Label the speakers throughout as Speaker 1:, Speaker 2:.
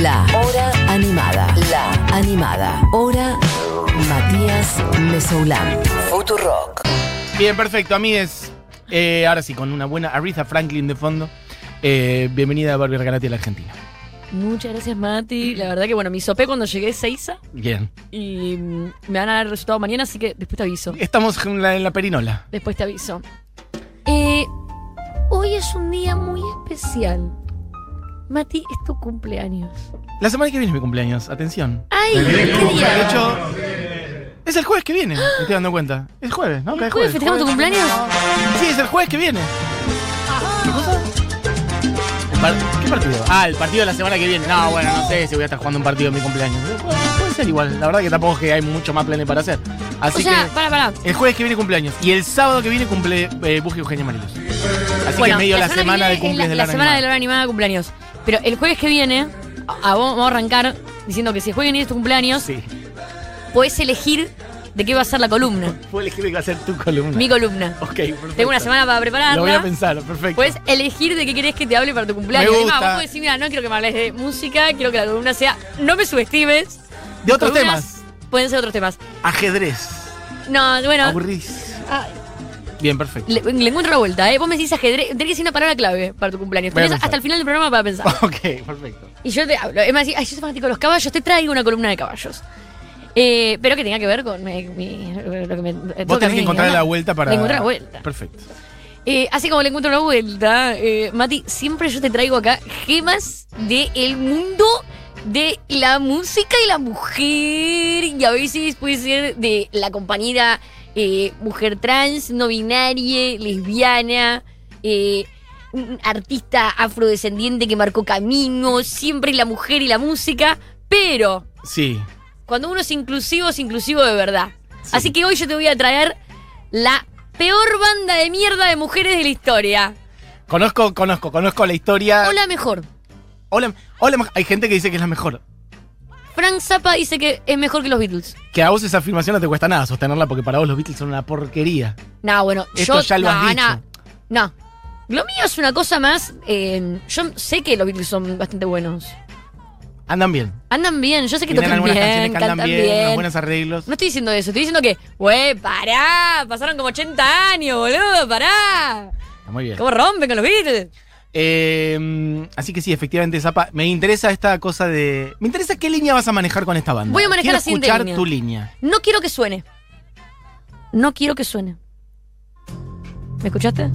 Speaker 1: La Hora Animada. La Animada. Hora Matías Mesoulán. Futurock.
Speaker 2: Bien, perfecto. A mí es. eh, ahora sí, con una buena Aretha Franklin de fondo. Eh, bienvenida a Barbie Regalati a la Argentina.
Speaker 3: Muchas gracias, Mati. La verdad que, bueno, me hisopé cuando llegué a Seiza
Speaker 2: Bien.
Speaker 3: y mm, me van a dar el resultado mañana, así que después te aviso.
Speaker 2: Estamos en la, en la perinola.
Speaker 3: Después te aviso. Eh, hoy es un día muy especial. Mati, es tu cumpleaños.
Speaker 2: La semana que viene es mi cumpleaños. Atención.
Speaker 3: ¡Ay! ¿Qué
Speaker 2: De
Speaker 3: día?
Speaker 2: hecho. Es el jueves que viene, me estoy dando cuenta. Es jueves, ¿no? Acá es
Speaker 3: ¿Jueves festejamos tu cumpleaños?
Speaker 2: Sí, es el jueves que viene. ¿Qué cosa? El par- ¿Qué partido? Ah, el partido de la semana que viene. No, bueno, no sé si voy a estar jugando un partido en mi cumpleaños. Bueno, puede ser igual. La verdad que tampoco es que hay mucho más planes para hacer. Así
Speaker 3: o sea,
Speaker 2: que
Speaker 3: para, para.
Speaker 2: el jueves que viene cumpleaños. Y el sábado que viene cumple eh, Buje Eugenia Mariluz. Así
Speaker 3: Bueno,
Speaker 2: que medio la semana de
Speaker 3: que viene es
Speaker 2: cumples de
Speaker 3: la,
Speaker 2: la,
Speaker 3: la semana de la hora animada cumpleaños. Pero el jueves que viene, a- a- vamos a arrancar diciendo que si el jueves que viene es tu cumpleaños,
Speaker 2: Sí.
Speaker 3: podés elegir de qué va a ser la columna.
Speaker 2: Puedes elegir que va a ser tu columna.
Speaker 3: Mi columna.
Speaker 2: Ok, perfecto.
Speaker 3: Tengo una semana Pues, para prepararla.
Speaker 2: Lo voy a pensar, perfecto.
Speaker 3: Puedes elegir de qué querés que te hable para tu cumpleaños.
Speaker 2: Me
Speaker 3: Es más,
Speaker 2: gusta.
Speaker 3: vos podés decir, mira, no quiero que me hables de música, quiero que la columna sea No me subestimes.
Speaker 2: de otros
Speaker 3: Columnas
Speaker 2: temas.
Speaker 3: Pueden ser otros temas.
Speaker 2: Ajedrez.
Speaker 3: No, bueno,
Speaker 2: Aburrís.
Speaker 3: ah,
Speaker 2: Bien, perfecto.
Speaker 3: le, le encuentro la vuelta, ¿eh? Vos me decís ajedrez, tenés que decir una palabra clave para tu cumpleaños.
Speaker 2: Voy a
Speaker 3: Tenés
Speaker 2: pensar.
Speaker 3: hasta el final del programa para pensar.
Speaker 2: Ok, perfecto.
Speaker 3: Y yo te hablo, es más, decís, ay, yo soy fanático de los caballos, te traigo una columna de caballos. Eh, pero que tenga que ver con mi- mi- lo que me.
Speaker 2: Vos tenés que encontrar la vuelta para.
Speaker 3: Le encontré la vuelta.
Speaker 2: Perfecto.
Speaker 3: Eh, así como le encuentro la vuelta, eh, Mati, siempre yo te traigo acá gemas del mundo de la música y la mujer. Y a veces puede ser de la compañera eh, mujer trans, no binaria, lesbiana, eh, un artista afrodescendiente que marcó camino. Siempre la mujer y la música. Pero
Speaker 2: Sí.
Speaker 3: cuando uno es inclusivo, es inclusivo de verdad.
Speaker 2: Sí.
Speaker 3: Así que hoy yo te voy a traer la peor banda de mierda de mujeres de la historia.
Speaker 2: Conozco, conozco, conozco la historia.
Speaker 3: O la mejor.
Speaker 2: Hola, hola, ma- hay gente que dice que es la mejor.
Speaker 3: Frank Zappa dice que es mejor que los Beatles.
Speaker 2: Que a vos esa afirmación no te cuesta nada sostenerla porque para vos los Beatles son una porquería.
Speaker 3: No, bueno,
Speaker 2: Esto
Speaker 3: yo.
Speaker 2: ya lo
Speaker 3: no,
Speaker 2: has
Speaker 3: no,
Speaker 2: dicho.
Speaker 3: no. Lo mío es una cosa más. eh, yo sé que los Beatles son bastante buenos.
Speaker 2: Andan bien.
Speaker 3: Andan bien, yo sé que
Speaker 2: Tienen
Speaker 3: tocan
Speaker 2: algunas
Speaker 3: bien,
Speaker 2: canciones que
Speaker 3: cantan
Speaker 2: andan bien, unos
Speaker 3: bien.
Speaker 2: buenos arreglos.
Speaker 3: No estoy diciendo eso, estoy diciendo que, wey, pará, pasaron como 80 años, boludo, pará.
Speaker 2: Está Muy bien.
Speaker 3: ¿Cómo rompen con los Beatles?
Speaker 2: Eh, así que sí, efectivamente, Zapa. Me interesa esta cosa de. Me interesa qué línea vas a manejar con esta banda.
Speaker 3: Voy a manejar
Speaker 2: Quiero
Speaker 3: la siguiente
Speaker 2: escuchar
Speaker 3: línea.
Speaker 2: tu línea.
Speaker 3: No quiero que suene. No quiero que suene. ¿Me escuchaste?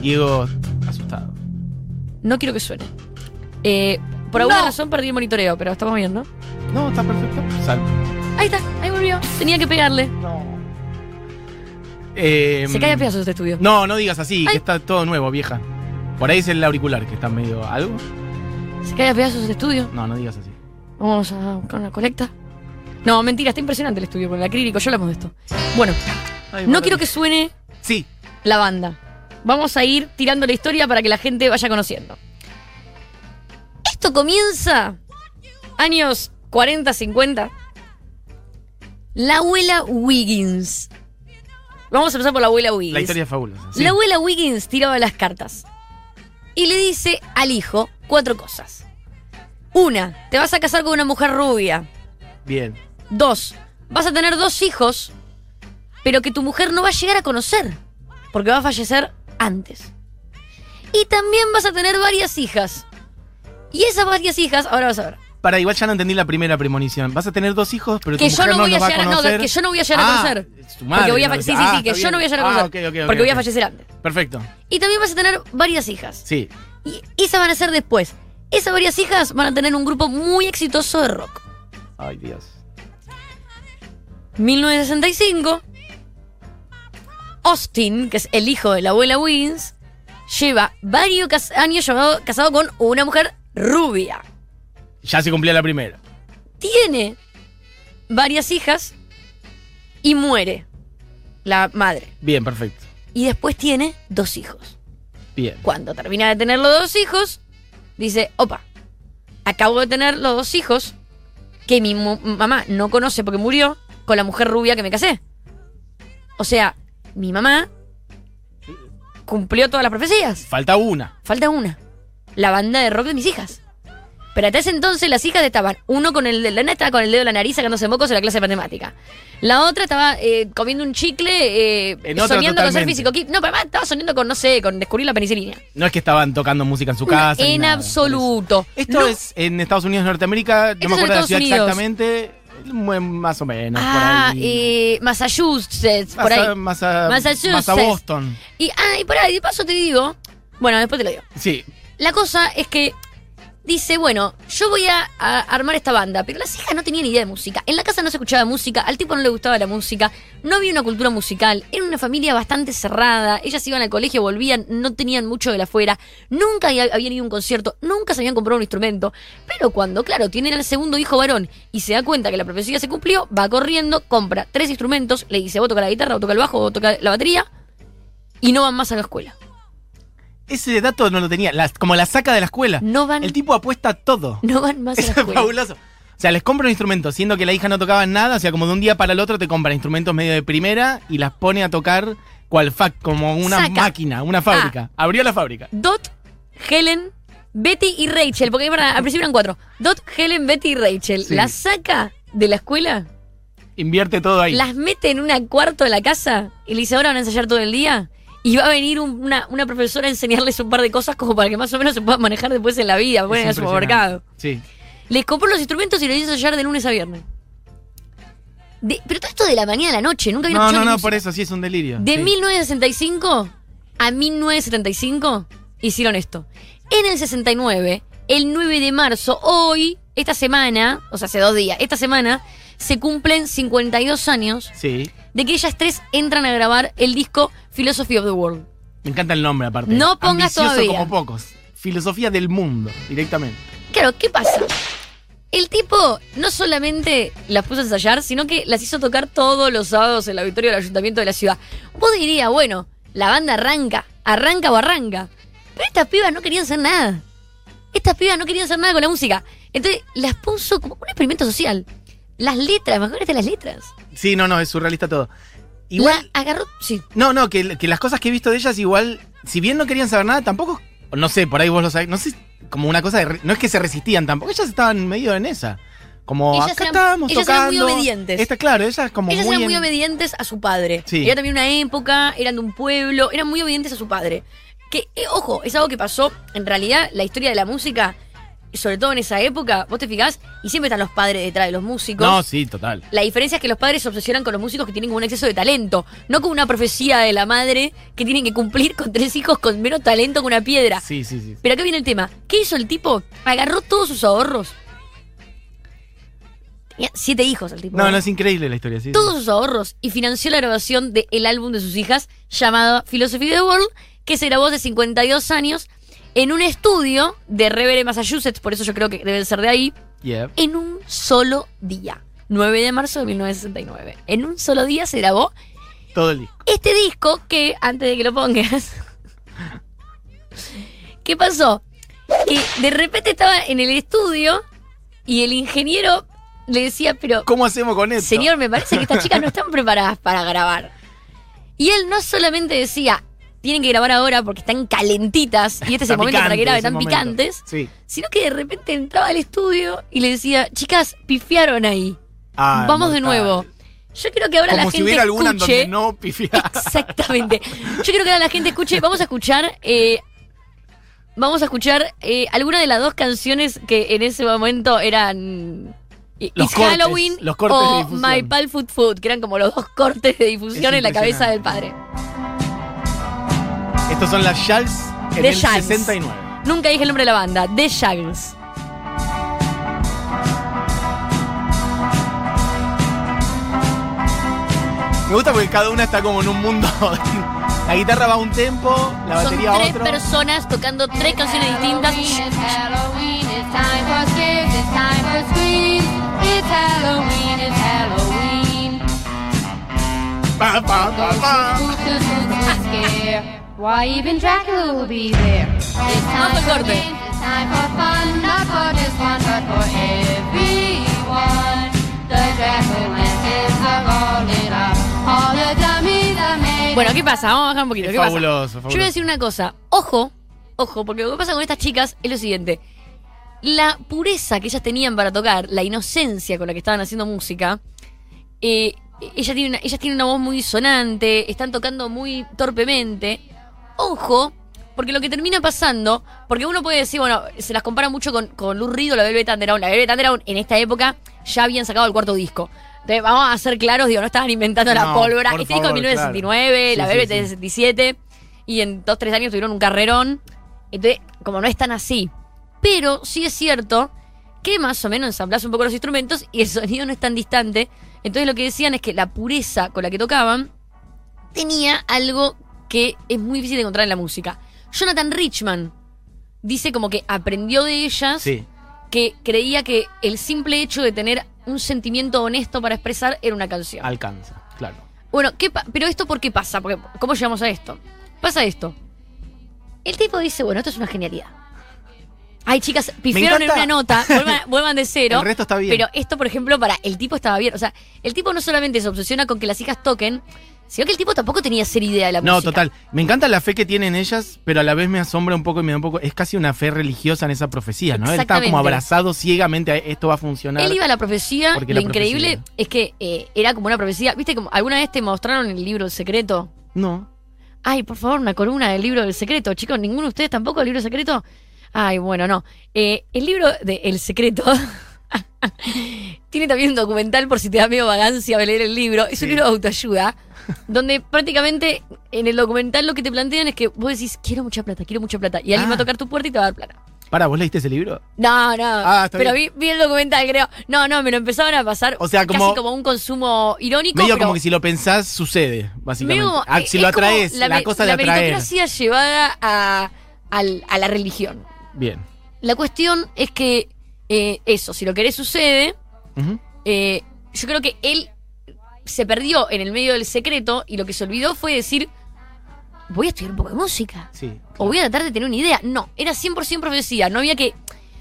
Speaker 2: Diego, asustado.
Speaker 3: No quiero que suene. Eh, por alguna
Speaker 2: No.
Speaker 3: razón perdí el monitoreo, pero estamos bien, ¿no?
Speaker 2: No, está perfecto. Sal.
Speaker 3: Ahí está, ahí volvió. Tenía que pegarle.
Speaker 2: No. Eh,
Speaker 3: Se cae a pedazos este estudio.
Speaker 2: No, no digas así, que
Speaker 3: Ay.
Speaker 2: está todo nuevo, vieja. Por ahí es el auricular, que está medio algo.
Speaker 3: Se cae a pedazos este estudio.
Speaker 2: No, no digas así.
Speaker 3: Vamos a buscar una colecta. No, mentira, está impresionante el estudio con el acrílico. Yo hablamos de esto. Bueno, no quiero que suene
Speaker 2: Sí,
Speaker 3: la banda. Vamos a ir tirando la historia para que la gente vaya conociendo. Esto comienza años 40, 50. La abuela Wiggins. Vamos a empezar por la abuela Wiggins.
Speaker 2: la historia es fabulosa. sí.
Speaker 3: La abuela Wiggins tiraba las cartas y le dice al hijo cuatro cosas. Una, te vas a casar con una mujer rubia.
Speaker 2: Bien.
Speaker 3: Dos, vas a tener dos hijos, pero que tu mujer no va a llegar a conocer, porque va a fallecer antes. Y también vas a tener varias hijas. Y esas varias hijas, ahora vas a ver,
Speaker 2: Para igual ya no entendí la primera premonición. Vas a tener dos hijos, pero
Speaker 3: que
Speaker 2: tu
Speaker 3: yo
Speaker 2: mujer
Speaker 3: no voy a
Speaker 2: nos va
Speaker 3: llegar a, no,
Speaker 2: conocer.
Speaker 3: que yo no voy a llegar a
Speaker 2: Ah,
Speaker 3: conocer.
Speaker 2: es tu madre
Speaker 3: porque voy a
Speaker 2: que no
Speaker 3: fa-
Speaker 2: lo
Speaker 3: sí,
Speaker 2: dice. Ah,
Speaker 3: sí, sí, que
Speaker 2: está
Speaker 3: yo no voy a
Speaker 2: bien.
Speaker 3: llegar a conocer.
Speaker 2: Ah, ok, ok, ok,
Speaker 3: porque voy a
Speaker 2: ok.
Speaker 3: fallecer antes.
Speaker 2: Perfecto.
Speaker 3: Y también vas a tener varias hijas.
Speaker 2: Sí.
Speaker 3: Y esas van a ser después. Esas varias hijas van a tener un grupo muy exitoso de rock.
Speaker 2: Ay, Dios.
Speaker 3: 1965, Austin, que es el hijo de la abuela Wiggins, lleva varios cas- años llevado- casado con una mujer rubia.
Speaker 2: Ya se cumplía la primera.
Speaker 3: Tiene varias hijas y muere la madre.
Speaker 2: Bien, perfecto.
Speaker 3: Y después tiene dos hijos.
Speaker 2: Bien.
Speaker 3: Cuando termina de tener los dos hijos, dice, opa, acabo de tener los dos hijos que mi mu- mamá no conoce porque murió con la mujer rubia que me casé. O sea, mi mamá cumplió todas las profecías.
Speaker 2: Falta una.
Speaker 3: Falta una. La banda de rock de mis hijas. Pero hasta ese entonces las hijas estaban, uno con el de estaba con el dedo de la nariz sacándose mocos en la clase de matemática. La otra estaba eh, comiendo un chicle, eh,
Speaker 2: En otra
Speaker 3: soñando con ser
Speaker 2: totalmente.
Speaker 3: físico. No, pero además estaba soñando con, no sé, con descubrir la penicilina.
Speaker 2: No es que estaban tocando música en su casa. ni
Speaker 3: en
Speaker 2: nada.
Speaker 3: absoluto.
Speaker 2: Esto
Speaker 3: No.
Speaker 2: es en Estados Unidos, Norteamérica. No
Speaker 3: Esto
Speaker 2: me
Speaker 3: es en
Speaker 2: acuerdo de la
Speaker 3: Estados
Speaker 2: ciudad
Speaker 3: Unidos.
Speaker 2: exactamente. Bueno, Más o menos.
Speaker 3: Ah,
Speaker 2: por ahí.
Speaker 3: eh, Massachusetts, por
Speaker 2: Más a-
Speaker 3: ahí.
Speaker 2: más a-
Speaker 3: Massachusetts.
Speaker 2: más a Boston.
Speaker 3: Y, ah, y por ahí, de paso te digo. Bueno, después te lo digo.
Speaker 2: Sí,
Speaker 3: La cosa es que dice, bueno, yo voy a, a armar esta banda, pero las hijas no tenían idea de música. En la casa no se escuchaba música, al tipo no le gustaba la música, no había una cultura musical, era una familia bastante cerrada, ellas iban al colegio, volvían, no tenían mucho de la afuera, nunca hab- habían ido a un concierto, nunca se habían comprado un instrumento. Pero cuando, claro, tienen al segundo hijo varón y se da cuenta que la profecía se cumplió, va corriendo, compra tres instrumentos, le dice, vos toca la guitarra, vos toca el bajo, vos toca la batería, y no van más a la escuela.
Speaker 2: Ese dato no lo tenía, las- como la saca de la escuela.
Speaker 3: No van,
Speaker 2: El tipo apuesta a todo.
Speaker 3: no van más a la
Speaker 2: Eso es
Speaker 3: escuela.
Speaker 2: fabuloso. O sea, les compra un instrumento, siendo que la hija no tocaba nada, o sea, como de un día para el otro te compra instrumentos medio de primera y las pone a tocar cual fac, como una
Speaker 3: Saca. Ah.
Speaker 2: máquina, una fábrica. Abrió la fábrica.
Speaker 3: Dot, Helen, Betty y Rachel. Porque para, al principio eran cuatro. Dot, Helen, Betty y Rachel.
Speaker 2: Sí.
Speaker 3: Las saca de la escuela,
Speaker 2: Invierte todo ahí.
Speaker 3: las mete en un cuarto de la casa y le dice, ahora van a ensayar todo el día. Y va a venir un- una, una profesora a enseñarles un par de cosas como para que más o menos se puedan manejar después en la vida, pueden ir al
Speaker 2: Es impresionante.
Speaker 3: supermercado.
Speaker 2: Sí.
Speaker 3: Les compró los instrumentos y los hizo ensayar de lunes a viernes. De- pero todo esto de la mañana a la noche, nunca había
Speaker 2: No, no,
Speaker 3: escuchado ni
Speaker 2: no,
Speaker 3: música.
Speaker 2: por eso sí es un delirio.
Speaker 3: De
Speaker 2: Sí.
Speaker 3: 1965 a 1975 hicieron esto. En el 69, el 9 de marzo, hoy, esta semana, o sea, hace dos días, esta semana, se cumplen 52 años
Speaker 2: Sí.
Speaker 3: de que ellas tres entran a grabar el disco Philosophy of the World.
Speaker 2: Me encanta el nombre aparte.
Speaker 3: No pongas
Speaker 2: Ambicioso
Speaker 3: todavía.
Speaker 2: como pocos. Filosofía del mundo, directamente.
Speaker 3: Claro, ¿qué pasa? El tipo no solamente las puso a ensayar, sino que las hizo tocar todos los sábados en la victoria del ayuntamiento de la ciudad. Vos dirías, bueno, la banda arranca, arranca o arranca. Pero estas pibas no querían hacer nada. Estas pibas no querían hacer nada con la música. Entonces las puso como un experimento social. Las letras, mejor de las letras.
Speaker 2: Sí, no, no, es surrealista todo. Igual,
Speaker 3: Igual agarró, sí.
Speaker 2: No, no, que, que las cosas que he visto de ellas igual, si bien no querían saber nada, tampoco, no sé, por ahí vos lo sabés, no sé, como una cosa de, re- no es que se resistían tampoco, ellas estaban medio en esa. Como
Speaker 3: Ellas
Speaker 2: acá
Speaker 3: eran-
Speaker 2: estábamos
Speaker 3: ellas eran
Speaker 2: tocando.
Speaker 3: muy obedientes.
Speaker 2: Esta, claro, ellas como
Speaker 3: Ellas
Speaker 2: muy
Speaker 3: eran muy
Speaker 2: en-
Speaker 3: obedientes a su padre.
Speaker 2: Sí.
Speaker 3: Era también una época, eran de un pueblo, eran muy obedientes a su padre. Que, eh, ojo, es algo que pasó. En realidad, la historia de la música, sobre todo en esa época, vos te fijás, y siempre están los padres detrás de los músicos.
Speaker 2: No, sí, total.
Speaker 3: La diferencia es que los padres se obsesionan con los músicos que tienen como un exceso de talento, no con una profecía de la madre que tienen que cumplir con tres hijos con menos talento que una piedra.
Speaker 2: Sí, sí, sí.
Speaker 3: Pero acá viene el tema. ¿Qué hizo el tipo? Agarró todos sus ahorros. Tenía siete hijos el tipo.
Speaker 2: No, no, es increíble la historia, sí. sí.
Speaker 3: todos sus ahorros y financió la grabación del álbum de sus hijas llamado Philosophy of the World, que se grabó hace 52 años en un estudio de Revere, Massachusetts, por eso yo creo que deben ser de ahí,
Speaker 2: Yeah.
Speaker 3: en un solo día. 9 de marzo de 1969. En un solo día se grabó
Speaker 2: Todo el disco.
Speaker 3: este disco que, antes de que lo pongas, ¿qué pasó? Que de repente estaba en el estudio y el ingeniero le decía, pero
Speaker 2: ¿Cómo hacemos con esto?
Speaker 3: Señor, me parece que estas chicas no están preparadas para grabar. Y él no solamente decía, tienen que grabar ahora porque están calentitas y este es el
Speaker 2: Tan
Speaker 3: momento para que
Speaker 2: picante,
Speaker 3: graben,
Speaker 2: es el
Speaker 3: están
Speaker 2: momento.
Speaker 3: picantes,
Speaker 2: Sí.
Speaker 3: sino que de repente entraba al estudio y le decía, chicas, pifiaron ahí,
Speaker 2: Ah,
Speaker 3: vamos de
Speaker 2: mortal.
Speaker 3: nuevo. Yo creo que ahora
Speaker 2: Como
Speaker 3: la
Speaker 2: si
Speaker 3: gente
Speaker 2: hubiera alguna en
Speaker 3: escuche...
Speaker 2: donde no pifiara.
Speaker 3: Exactamente. Yo creo que ahora la gente escuche, vamos a escuchar... eh, Vamos a escuchar eh, alguna de las dos canciones que en ese momento eran eh,
Speaker 2: Los
Speaker 3: It's
Speaker 2: cortes,
Speaker 3: Halloween
Speaker 2: los cortes de
Speaker 3: o
Speaker 2: difusión.
Speaker 3: My Pal Food Food, que eran como los dos cortes de difusión
Speaker 2: Es
Speaker 3: en la cabeza del
Speaker 2: impresionante.
Speaker 3: padre.
Speaker 2: Estos son las Shalls en
Speaker 3: The
Speaker 2: el
Speaker 3: Shalls.
Speaker 2: 69.
Speaker 3: Nunca dije el nombre de la banda, The Shaggles.
Speaker 2: Me gusta porque cada una está como en un mundo. La guitarra va a un tempo, la
Speaker 3: Son
Speaker 2: batería a
Speaker 3: tres
Speaker 2: otro.
Speaker 3: personas tocando tres canciones distintas.
Speaker 4: It's Halloween, it's time for scares, it's time for screams. It's Halloween, it's Halloween.
Speaker 2: Pa, pa, pa, pa.
Speaker 4: Spook the spook the scare. Why even Dracula will be there. It's time
Speaker 3: Vamos al
Speaker 4: for
Speaker 3: corte.
Speaker 4: games, it's time for fun, not for just one, but for everyone. The Draculances are all lit up. All the dummies are made.
Speaker 3: Bueno, ¿qué pasa? Vamos a bajar un poquito.
Speaker 2: Es
Speaker 3: ¿Qué pasa?
Speaker 2: fabuloso,
Speaker 3: Yo voy a
Speaker 2: fabuloso.
Speaker 3: decir una cosa. Ojo, ojo, porque lo que pasa con estas chicas es lo siguiente. la pureza que ellas tenían para tocar, la inocencia con la que estaban haciendo música, eh, ella tiene una, ellas tienen una voz muy disonante, están tocando muy torpemente. Ojo, porque lo que termina pasando, porque uno puede decir, bueno, se las compara mucho con, con Lou Reed o la Velvet Underground. La Velvet Underground en esta época ya habían sacado el cuarto disco. Entonces, vamos a ser claros, digo, no estaban inventando la
Speaker 2: No,
Speaker 3: pólvora.
Speaker 2: por
Speaker 3: Este disco es
Speaker 2: favor,
Speaker 3: de
Speaker 2: claro.
Speaker 3: 1969,
Speaker 2: Sí,
Speaker 3: la
Speaker 2: sí,
Speaker 3: Velvet
Speaker 2: sí.
Speaker 3: es de 67, y en dos, tres años tuvieron un carrerón. Entonces, como no es tan así. Pero sí es cierto que más o menos ensamblas un poco los instrumentos y el sonido no es tan distante. Entonces lo que decían es que la pureza con la que tocaban tenía algo que es muy difícil de encontrar en la música. Jonathan Richman dice como que aprendió de ellas
Speaker 2: Sí.
Speaker 3: que creía que el simple hecho de tener un sentimiento honesto para expresar era una canción.
Speaker 2: Alcanza, claro.
Speaker 3: Bueno, ¿qué pa- pero esto por qué pasa? Porque, ¿Cómo llegamos a esto? Pasa esto. El tipo dice, bueno, esto es una genialidad. Ay, chicas, pifieron en
Speaker 2: encanta.
Speaker 3: una nota, vuelvan, vuelvan de cero.
Speaker 2: El resto está bien.
Speaker 3: Pero esto, por ejemplo, para el tipo estaba bien. O sea, el tipo no solamente se obsesiona con que las hijas toquen, sino que el tipo tampoco tenía ser idea de la
Speaker 2: No,
Speaker 3: música.
Speaker 2: total. Me encanta la fe que tienen ellas, pero a la vez me asombra un poco y me da un poco. Es casi una fe religiosa en esa profecía, ¿no? Él estaba como
Speaker 3: Exactamente.
Speaker 2: abrazado ciegamente a esto va a funcionar.
Speaker 3: Él iba a la profecía,
Speaker 2: Porque
Speaker 3: lo
Speaker 2: la
Speaker 3: increíble
Speaker 2: profecía.
Speaker 3: es que eh, era como una profecía. ¿Viste? Como, ¿Alguna vez te mostraron el libro El Secreto?
Speaker 2: No.
Speaker 3: Ay, por favor, una columna del libro del secreto, chicos. ¿Ninguno de ustedes tampoco el libro del secreto? Ay, bueno, no. Eh, el libro de El secreto tiene también un documental por si te da medio vagancia leer el libro. Es
Speaker 2: Sí.
Speaker 3: un libro de autoayuda, donde prácticamente en el documental lo que te plantean es que vos decís, quiero mucha plata, quiero mucha plata. Y alguien
Speaker 2: Ah.
Speaker 3: va a tocar tu puerta y te va a dar plata.
Speaker 2: Para, ¿vos leíste ese libro?
Speaker 3: No, no.
Speaker 2: Ah, está
Speaker 3: pero vi,
Speaker 2: bien.
Speaker 3: vi el documental, creo. No, no, me lo empezaron a pasar
Speaker 2: O sea, como-
Speaker 3: casi como un consumo irónico.
Speaker 2: Medio
Speaker 3: pero-
Speaker 2: como que si lo pensás, sucede, básicamente.
Speaker 3: Medio como-
Speaker 2: Ah,
Speaker 3: es-
Speaker 2: si lo
Speaker 3: es como
Speaker 2: atraes, la,
Speaker 3: me-
Speaker 2: cosa de
Speaker 3: La
Speaker 2: atraer.
Speaker 3: meritocracia llevada a, al- a la religión.
Speaker 2: Bien.
Speaker 3: La cuestión es que eh, eso, si lo querés sucede,
Speaker 2: Ujú.
Speaker 3: eh, yo creo que él se perdió en el medio del secreto y lo que se olvidó fue decir, voy a estudiar un poco de música.
Speaker 2: Sí.
Speaker 3: O voy a tratar de tener una idea. No, era 100% profecía, no había que...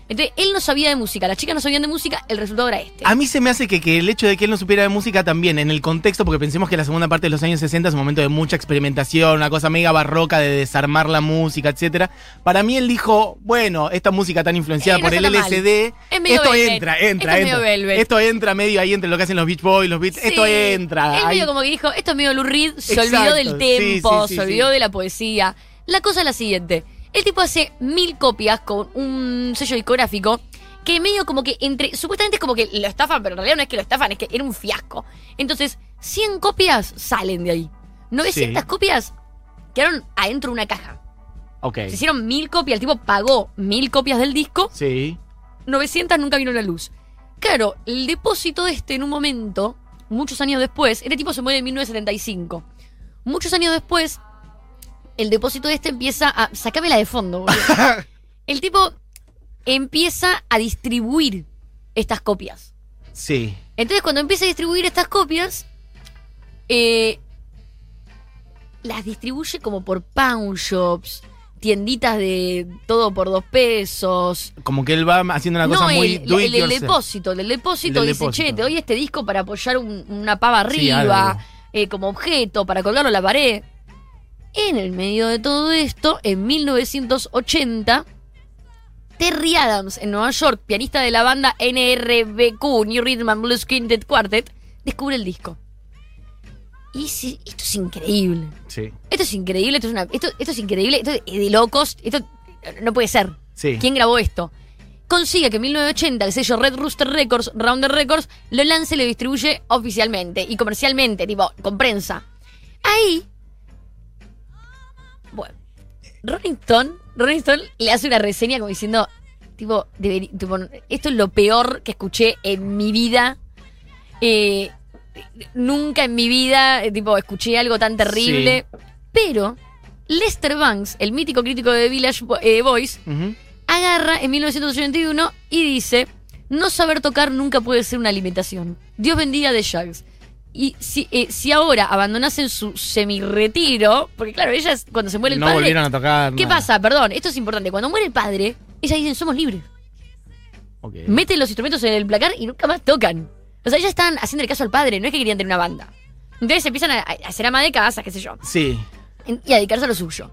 Speaker 3: Entonces, él no sabía de música, las chicas no sabían de música, el resultado era este.
Speaker 2: A mí se me hace que, que el hecho de que él no supiera de música también, en el contexto, porque pensemos que la segunda parte de los años 60 es un momento de mucha experimentación, una cosa mega barroca de desarmar la música, etcétera. Para mí él dijo, bueno, esta música tan influenciada
Speaker 3: Eh, no
Speaker 2: por el
Speaker 3: está tan
Speaker 2: LSD,
Speaker 3: Es medio
Speaker 2: esto
Speaker 3: Velvet.
Speaker 2: entra,
Speaker 3: Esto
Speaker 2: entra,
Speaker 3: es medio
Speaker 2: entra.
Speaker 3: Velvet.
Speaker 2: Esto entra medio ahí entre lo que hacen los Beach Boys, los Beats, esto
Speaker 3: Sí.
Speaker 2: entra.
Speaker 3: Él
Speaker 2: ahí.
Speaker 3: medio como que dijo, esto es medio Lou Reed, se
Speaker 2: Exacto,
Speaker 3: olvidó del
Speaker 2: sí,
Speaker 3: tempo,
Speaker 2: sí, sí,
Speaker 3: se olvidó
Speaker 2: sí.
Speaker 3: de la poesía. La cosa es la siguiente. El tipo hace mil copias con un sello discográfico que medio como que entre... Supuestamente es como que lo estafan, pero en realidad no es que lo estafan, es que era un fiasco. Entonces, 100 copias salen de ahí. 900
Speaker 2: Sí.
Speaker 3: copias quedaron adentro de una caja.
Speaker 2: Ok.
Speaker 3: Se hicieron mil copias, el tipo pagó mil copias del disco,
Speaker 2: Sí.
Speaker 3: 900 nunca vino a la luz. Claro, el depósito de este en un momento, muchos años después, este tipo se muere en 1975. Muchos años después, el depósito de este empieza a. Sacámela de fondo, boludo. El tipo empieza a distribuir estas copias.
Speaker 2: Sí.
Speaker 3: Entonces, cuando empieza a distribuir estas copias, eh, las distribuye como por pawn shops, tienditas de todo por dos pesos
Speaker 2: Como que él va haciendo una cosa
Speaker 3: no,
Speaker 2: muy
Speaker 3: el,
Speaker 2: do
Speaker 3: el
Speaker 2: it
Speaker 3: del
Speaker 2: yourself.
Speaker 3: depósito, el del depósito
Speaker 2: El del
Speaker 3: dice, che,
Speaker 2: depósito.
Speaker 3: te doy este disco para apoyar un- una pava
Speaker 2: Sí,
Speaker 3: arriba,
Speaker 2: algo.
Speaker 3: eh, como objeto, para colgarlo a la pared. En el medio de todo esto, en 1980, Terry Adams, en Nueva York, pianista de la banda NRBQ, New Rhythm and Blues Quintet Quartet, descubre el disco. Y dice, esto es increíble.
Speaker 2: Sí.
Speaker 3: Esto es increíble, esto es, una, esto, esto es increíble, esto es de locos, esto no puede ser.
Speaker 2: Sí.
Speaker 3: ¿Quién grabó esto? Consigue que en 1980 el sello Red Rooster Records, Rounder Records, lo lance y lo distribuye oficialmente y comercialmente, tipo, con prensa. Ahí. Bueno. Rolling Stone, Rolling Stone le hace una reseña como diciendo, tipo, deberi- tipo, esto es lo peor que escuché en mi vida. Eh, nunca en mi vida, eh, tipo, escuché algo tan terrible. Pero Lester Banks, el mítico crítico de Village Bo- eh, Boys,
Speaker 2: Ujú.
Speaker 3: agarra en 1981 y dice, no saber tocar nunca puede ser una limitación. Dios bendiga de Jags. Y si, eh, si ahora abandonasen su semiretiro, porque claro, ellas cuando se muere el
Speaker 2: no
Speaker 3: padre...
Speaker 2: volvieron a tocar.
Speaker 3: ¿Qué
Speaker 2: nada.
Speaker 3: pasa? Perdón, esto es importante. Cuando muere el padre, ellas dicen, somos libres.
Speaker 2: Ok.
Speaker 3: Meten los instrumentos en el placar y nunca más tocan. O sea, ellas están haciendo el caso al padre, no es que querían tener una banda. Entonces empiezan a, a- a ser ama de casa, qué sé yo
Speaker 2: Sí.
Speaker 3: en- y a dedicarse a lo suyo.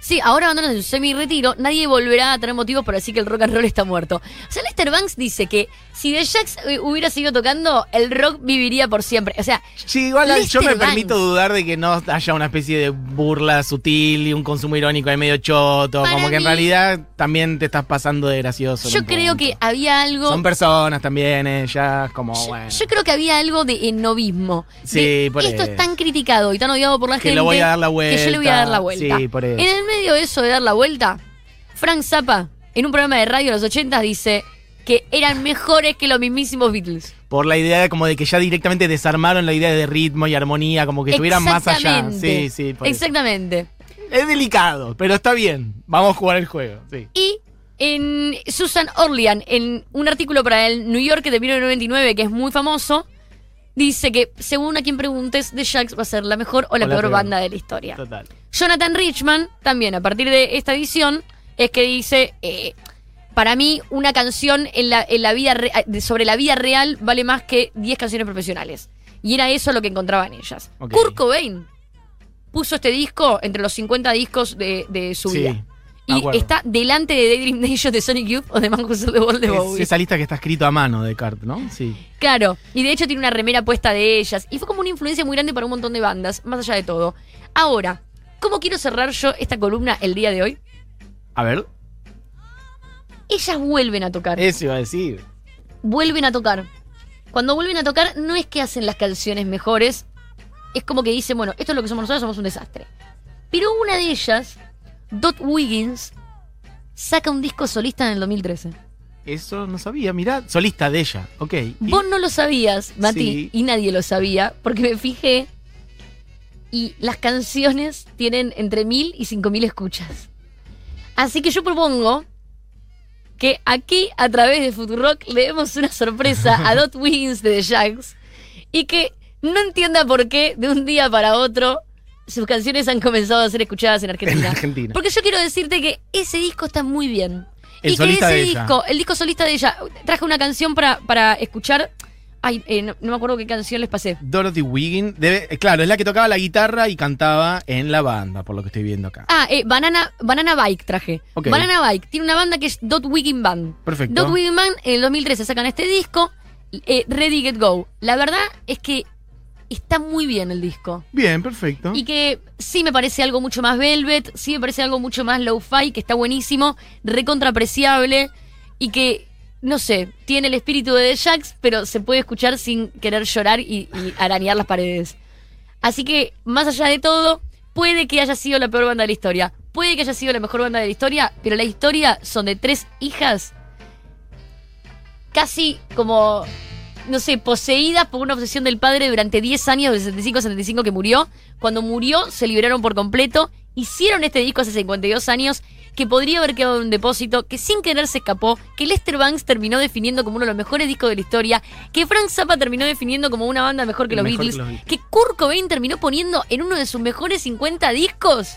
Speaker 3: Sí, ahora abandonan su semi-retiro, nadie volverá a tener motivos para decir que el rock and roll está muerto. O sea, Lester Banks dice que si The Jax eh, hubiera seguido tocando, el rock viviría por siempre. O sea,
Speaker 2: Sí, igual yo
Speaker 3: Lester
Speaker 2: me
Speaker 3: Banks.
Speaker 2: permito dudar de que no haya una especie de burla sutil y un consumo irónico ahí medio choto.
Speaker 3: Para
Speaker 2: como que en
Speaker 3: mí-
Speaker 2: realidad también te estás pasando de gracioso. en
Speaker 3: yo
Speaker 2: un
Speaker 3: creo
Speaker 2: punto.
Speaker 3: que había algo.
Speaker 2: Son personas también, ellas, como
Speaker 3: yo,
Speaker 2: bueno.
Speaker 3: yo creo que había algo de enovismo. de,
Speaker 2: Sí, por
Speaker 3: Esto
Speaker 2: eso.
Speaker 3: es tan criticado y tan odiado por la
Speaker 2: Que
Speaker 3: gente.
Speaker 2: lo voy a dar la
Speaker 3: Que yo le voy a dar la
Speaker 2: vuelta.
Speaker 3: vuelta.
Speaker 2: Sí, por eso.
Speaker 3: En el medio de eso de dar la vuelta, Frank Zappa, en un programa de radio de los 80 dice que eran mejores que los mismísimos Beatles.
Speaker 2: Por la idea de como de que ya directamente desarmaron la idea de ritmo y armonía, como que estuvieran más allá. Sí,
Speaker 3: Exactamente.
Speaker 2: sí, por eso.
Speaker 3: Exactamente.
Speaker 2: Es delicado, pero está bien. Vamos a jugar el juego. Sí.
Speaker 3: Y en Susan Orlean, en un artículo para el New York de 1999, que es muy famoso, dice que según a quien preguntes, The Jax va a ser la mejor o la,
Speaker 2: O la
Speaker 3: peor,
Speaker 2: peor.
Speaker 3: banda de la historia.
Speaker 2: Total.
Speaker 3: Jonathan Richman, también a partir de esta edición, es que dice, eh, para mí una canción en la, en la vida re- ah, de- sobre la vida real vale más que 10 canciones profesionales. Y era eso lo que encontraban ellas.
Speaker 2: Ok.
Speaker 3: Kurt Cobain puso este disco entre los 50 discos de, de su
Speaker 2: Sí,
Speaker 3: vida.
Speaker 2: me
Speaker 3: Y
Speaker 2: acuerdo.
Speaker 3: está delante de Daydream Nation de Sonic Youth o de Mangus de World de
Speaker 2: Es
Speaker 3: Bowie.
Speaker 2: esa lista que está escrito a mano de Cart, ¿no? Sí.
Speaker 3: Claro, y de hecho tiene una remera puesta de ellas. Y fue como una influencia muy grande para un montón de bandas, más allá de todo. Ahora, ¿cómo quiero cerrar yo esta columna el día de hoy?
Speaker 2: A ver,
Speaker 3: Ellas vuelven a tocar.
Speaker 2: eso iba a decir.
Speaker 3: Vuelven a tocar. Cuando vuelven a tocar, no es que hacen las canciones mejores. Es como que dicen, bueno, esto es lo que somos nosotros, somos un desastre. Pero una de ellas, Dot Wiggins, saca un disco solista en el 2013.
Speaker 2: Eso no sabía, mirá. Solista de ella, ok. Y-
Speaker 3: Vos no lo sabías, Mati,
Speaker 2: Sí.
Speaker 3: y nadie lo sabía, porque me fijé y las canciones tienen entre mil y cinco mil escuchas. Así que yo propongo que aquí, a través de Futurock, le demos una sorpresa a Dot Wiggins de The Jags y que no entienda por qué, de un día para otro, sus canciones han comenzado a ser escuchadas en
Speaker 2: En
Speaker 3: Argentina.
Speaker 2: Argentina.
Speaker 3: Porque yo quiero decirte que ese disco está muy bien.
Speaker 2: El
Speaker 3: y que
Speaker 2: solista
Speaker 3: ese
Speaker 2: de ella.
Speaker 3: disco, el disco solista de ella, traje una canción para, para escuchar. Ay, eh, no, no me acuerdo qué canción les pasé.
Speaker 2: Dorothy Wiggin, debe- eh, claro, es la que tocaba la guitarra y cantaba en la banda, por lo que estoy viendo acá.
Speaker 3: Ah, eh, Banana, Banana Bike traje.
Speaker 2: Ok.
Speaker 3: Banana Bike tiene una banda que es Dot Wiggin Band.
Speaker 2: Perfecto.
Speaker 3: Dot Wiggin Band en el 2013 sacan este disco, eh, Ready Get Go. La verdad es que está muy bien el disco.
Speaker 2: Bien, perfecto.
Speaker 3: Y que sí me parece algo mucho más velvet, sí me parece algo mucho más low-fi, que está buenísimo, recontrapreciable y que, no sé, tiene el espíritu de The Jax, pero se puede escuchar sin querer llorar y, y arañar las paredes. Así que, más allá de todo, puede que haya sido la peor banda de la historia, puede que haya sido la mejor banda de la historia, pero la historia son de tres hijas casi como, no sé, poseídas por una obsesión del padre durante 10 años, del 75 75 que murió. Cuando murió, se liberaron por completo. Hicieron este disco hace 52 años, que podría haber quedado en un depósito, que sin querer se escapó, que Lester Banks terminó definiendo como uno de los mejores discos de la historia, que Frank Zappa terminó definiendo como una banda mejor que los
Speaker 2: Mejor que
Speaker 3: Beatles,
Speaker 2: los Beatles.
Speaker 3: que Kurt Cobain terminó poniendo en uno de sus mejores 50 discos.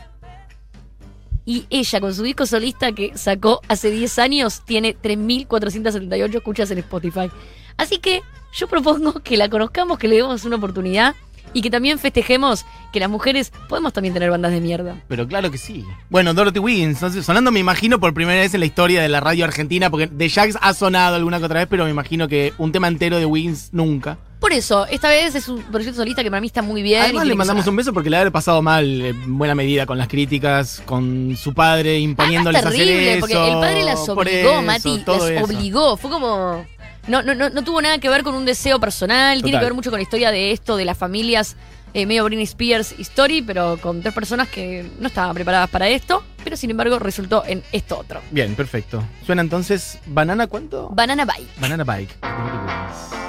Speaker 3: Y ella, con su disco solista que sacó hace 10 años, tiene 3.478 escuchas en Spotify. Así que yo propongo que la conozcamos, que le demos una oportunidad y que también festejemos que las mujeres podemos también tener bandas de mierda.
Speaker 2: Pero claro que sí. Bueno, Dorothy Wiggins, entonces, sonando me imagino por primera vez en la historia de la radio argentina, porque The Jax ha sonado alguna que otra vez, pero me imagino que un tema entero de Wiggins nunca.
Speaker 3: Por eso, esta vez es un proyecto solista que para mí está muy bien. y
Speaker 2: Además
Speaker 3: tiene
Speaker 2: le
Speaker 3: que
Speaker 2: mandamos
Speaker 3: sonar.
Speaker 2: un beso porque le ha pasado mal eh, en buena medida con las críticas, con su padre imponiéndoles
Speaker 3: Además,
Speaker 2: a hacer
Speaker 3: Ah, terrible,
Speaker 2: eso.
Speaker 3: porque el padre las
Speaker 2: por
Speaker 3: obligó,
Speaker 2: eso,
Speaker 3: Mati,
Speaker 2: todo eso.
Speaker 3: las obligó. Fue como... No, no, no, no tuvo nada que ver con un deseo personal, tiene
Speaker 2: Total.
Speaker 3: que ver mucho con la historia de esto, de las familias, eh, medio Britney Spears story, pero con tres personas que no estaban preparadas para esto, pero sin embargo resultó en esto otro.
Speaker 2: Bien, perfecto. Suena entonces Banana cuánto?
Speaker 3: Banana Bye.
Speaker 2: Banana Bike. Dorothy Wiggins.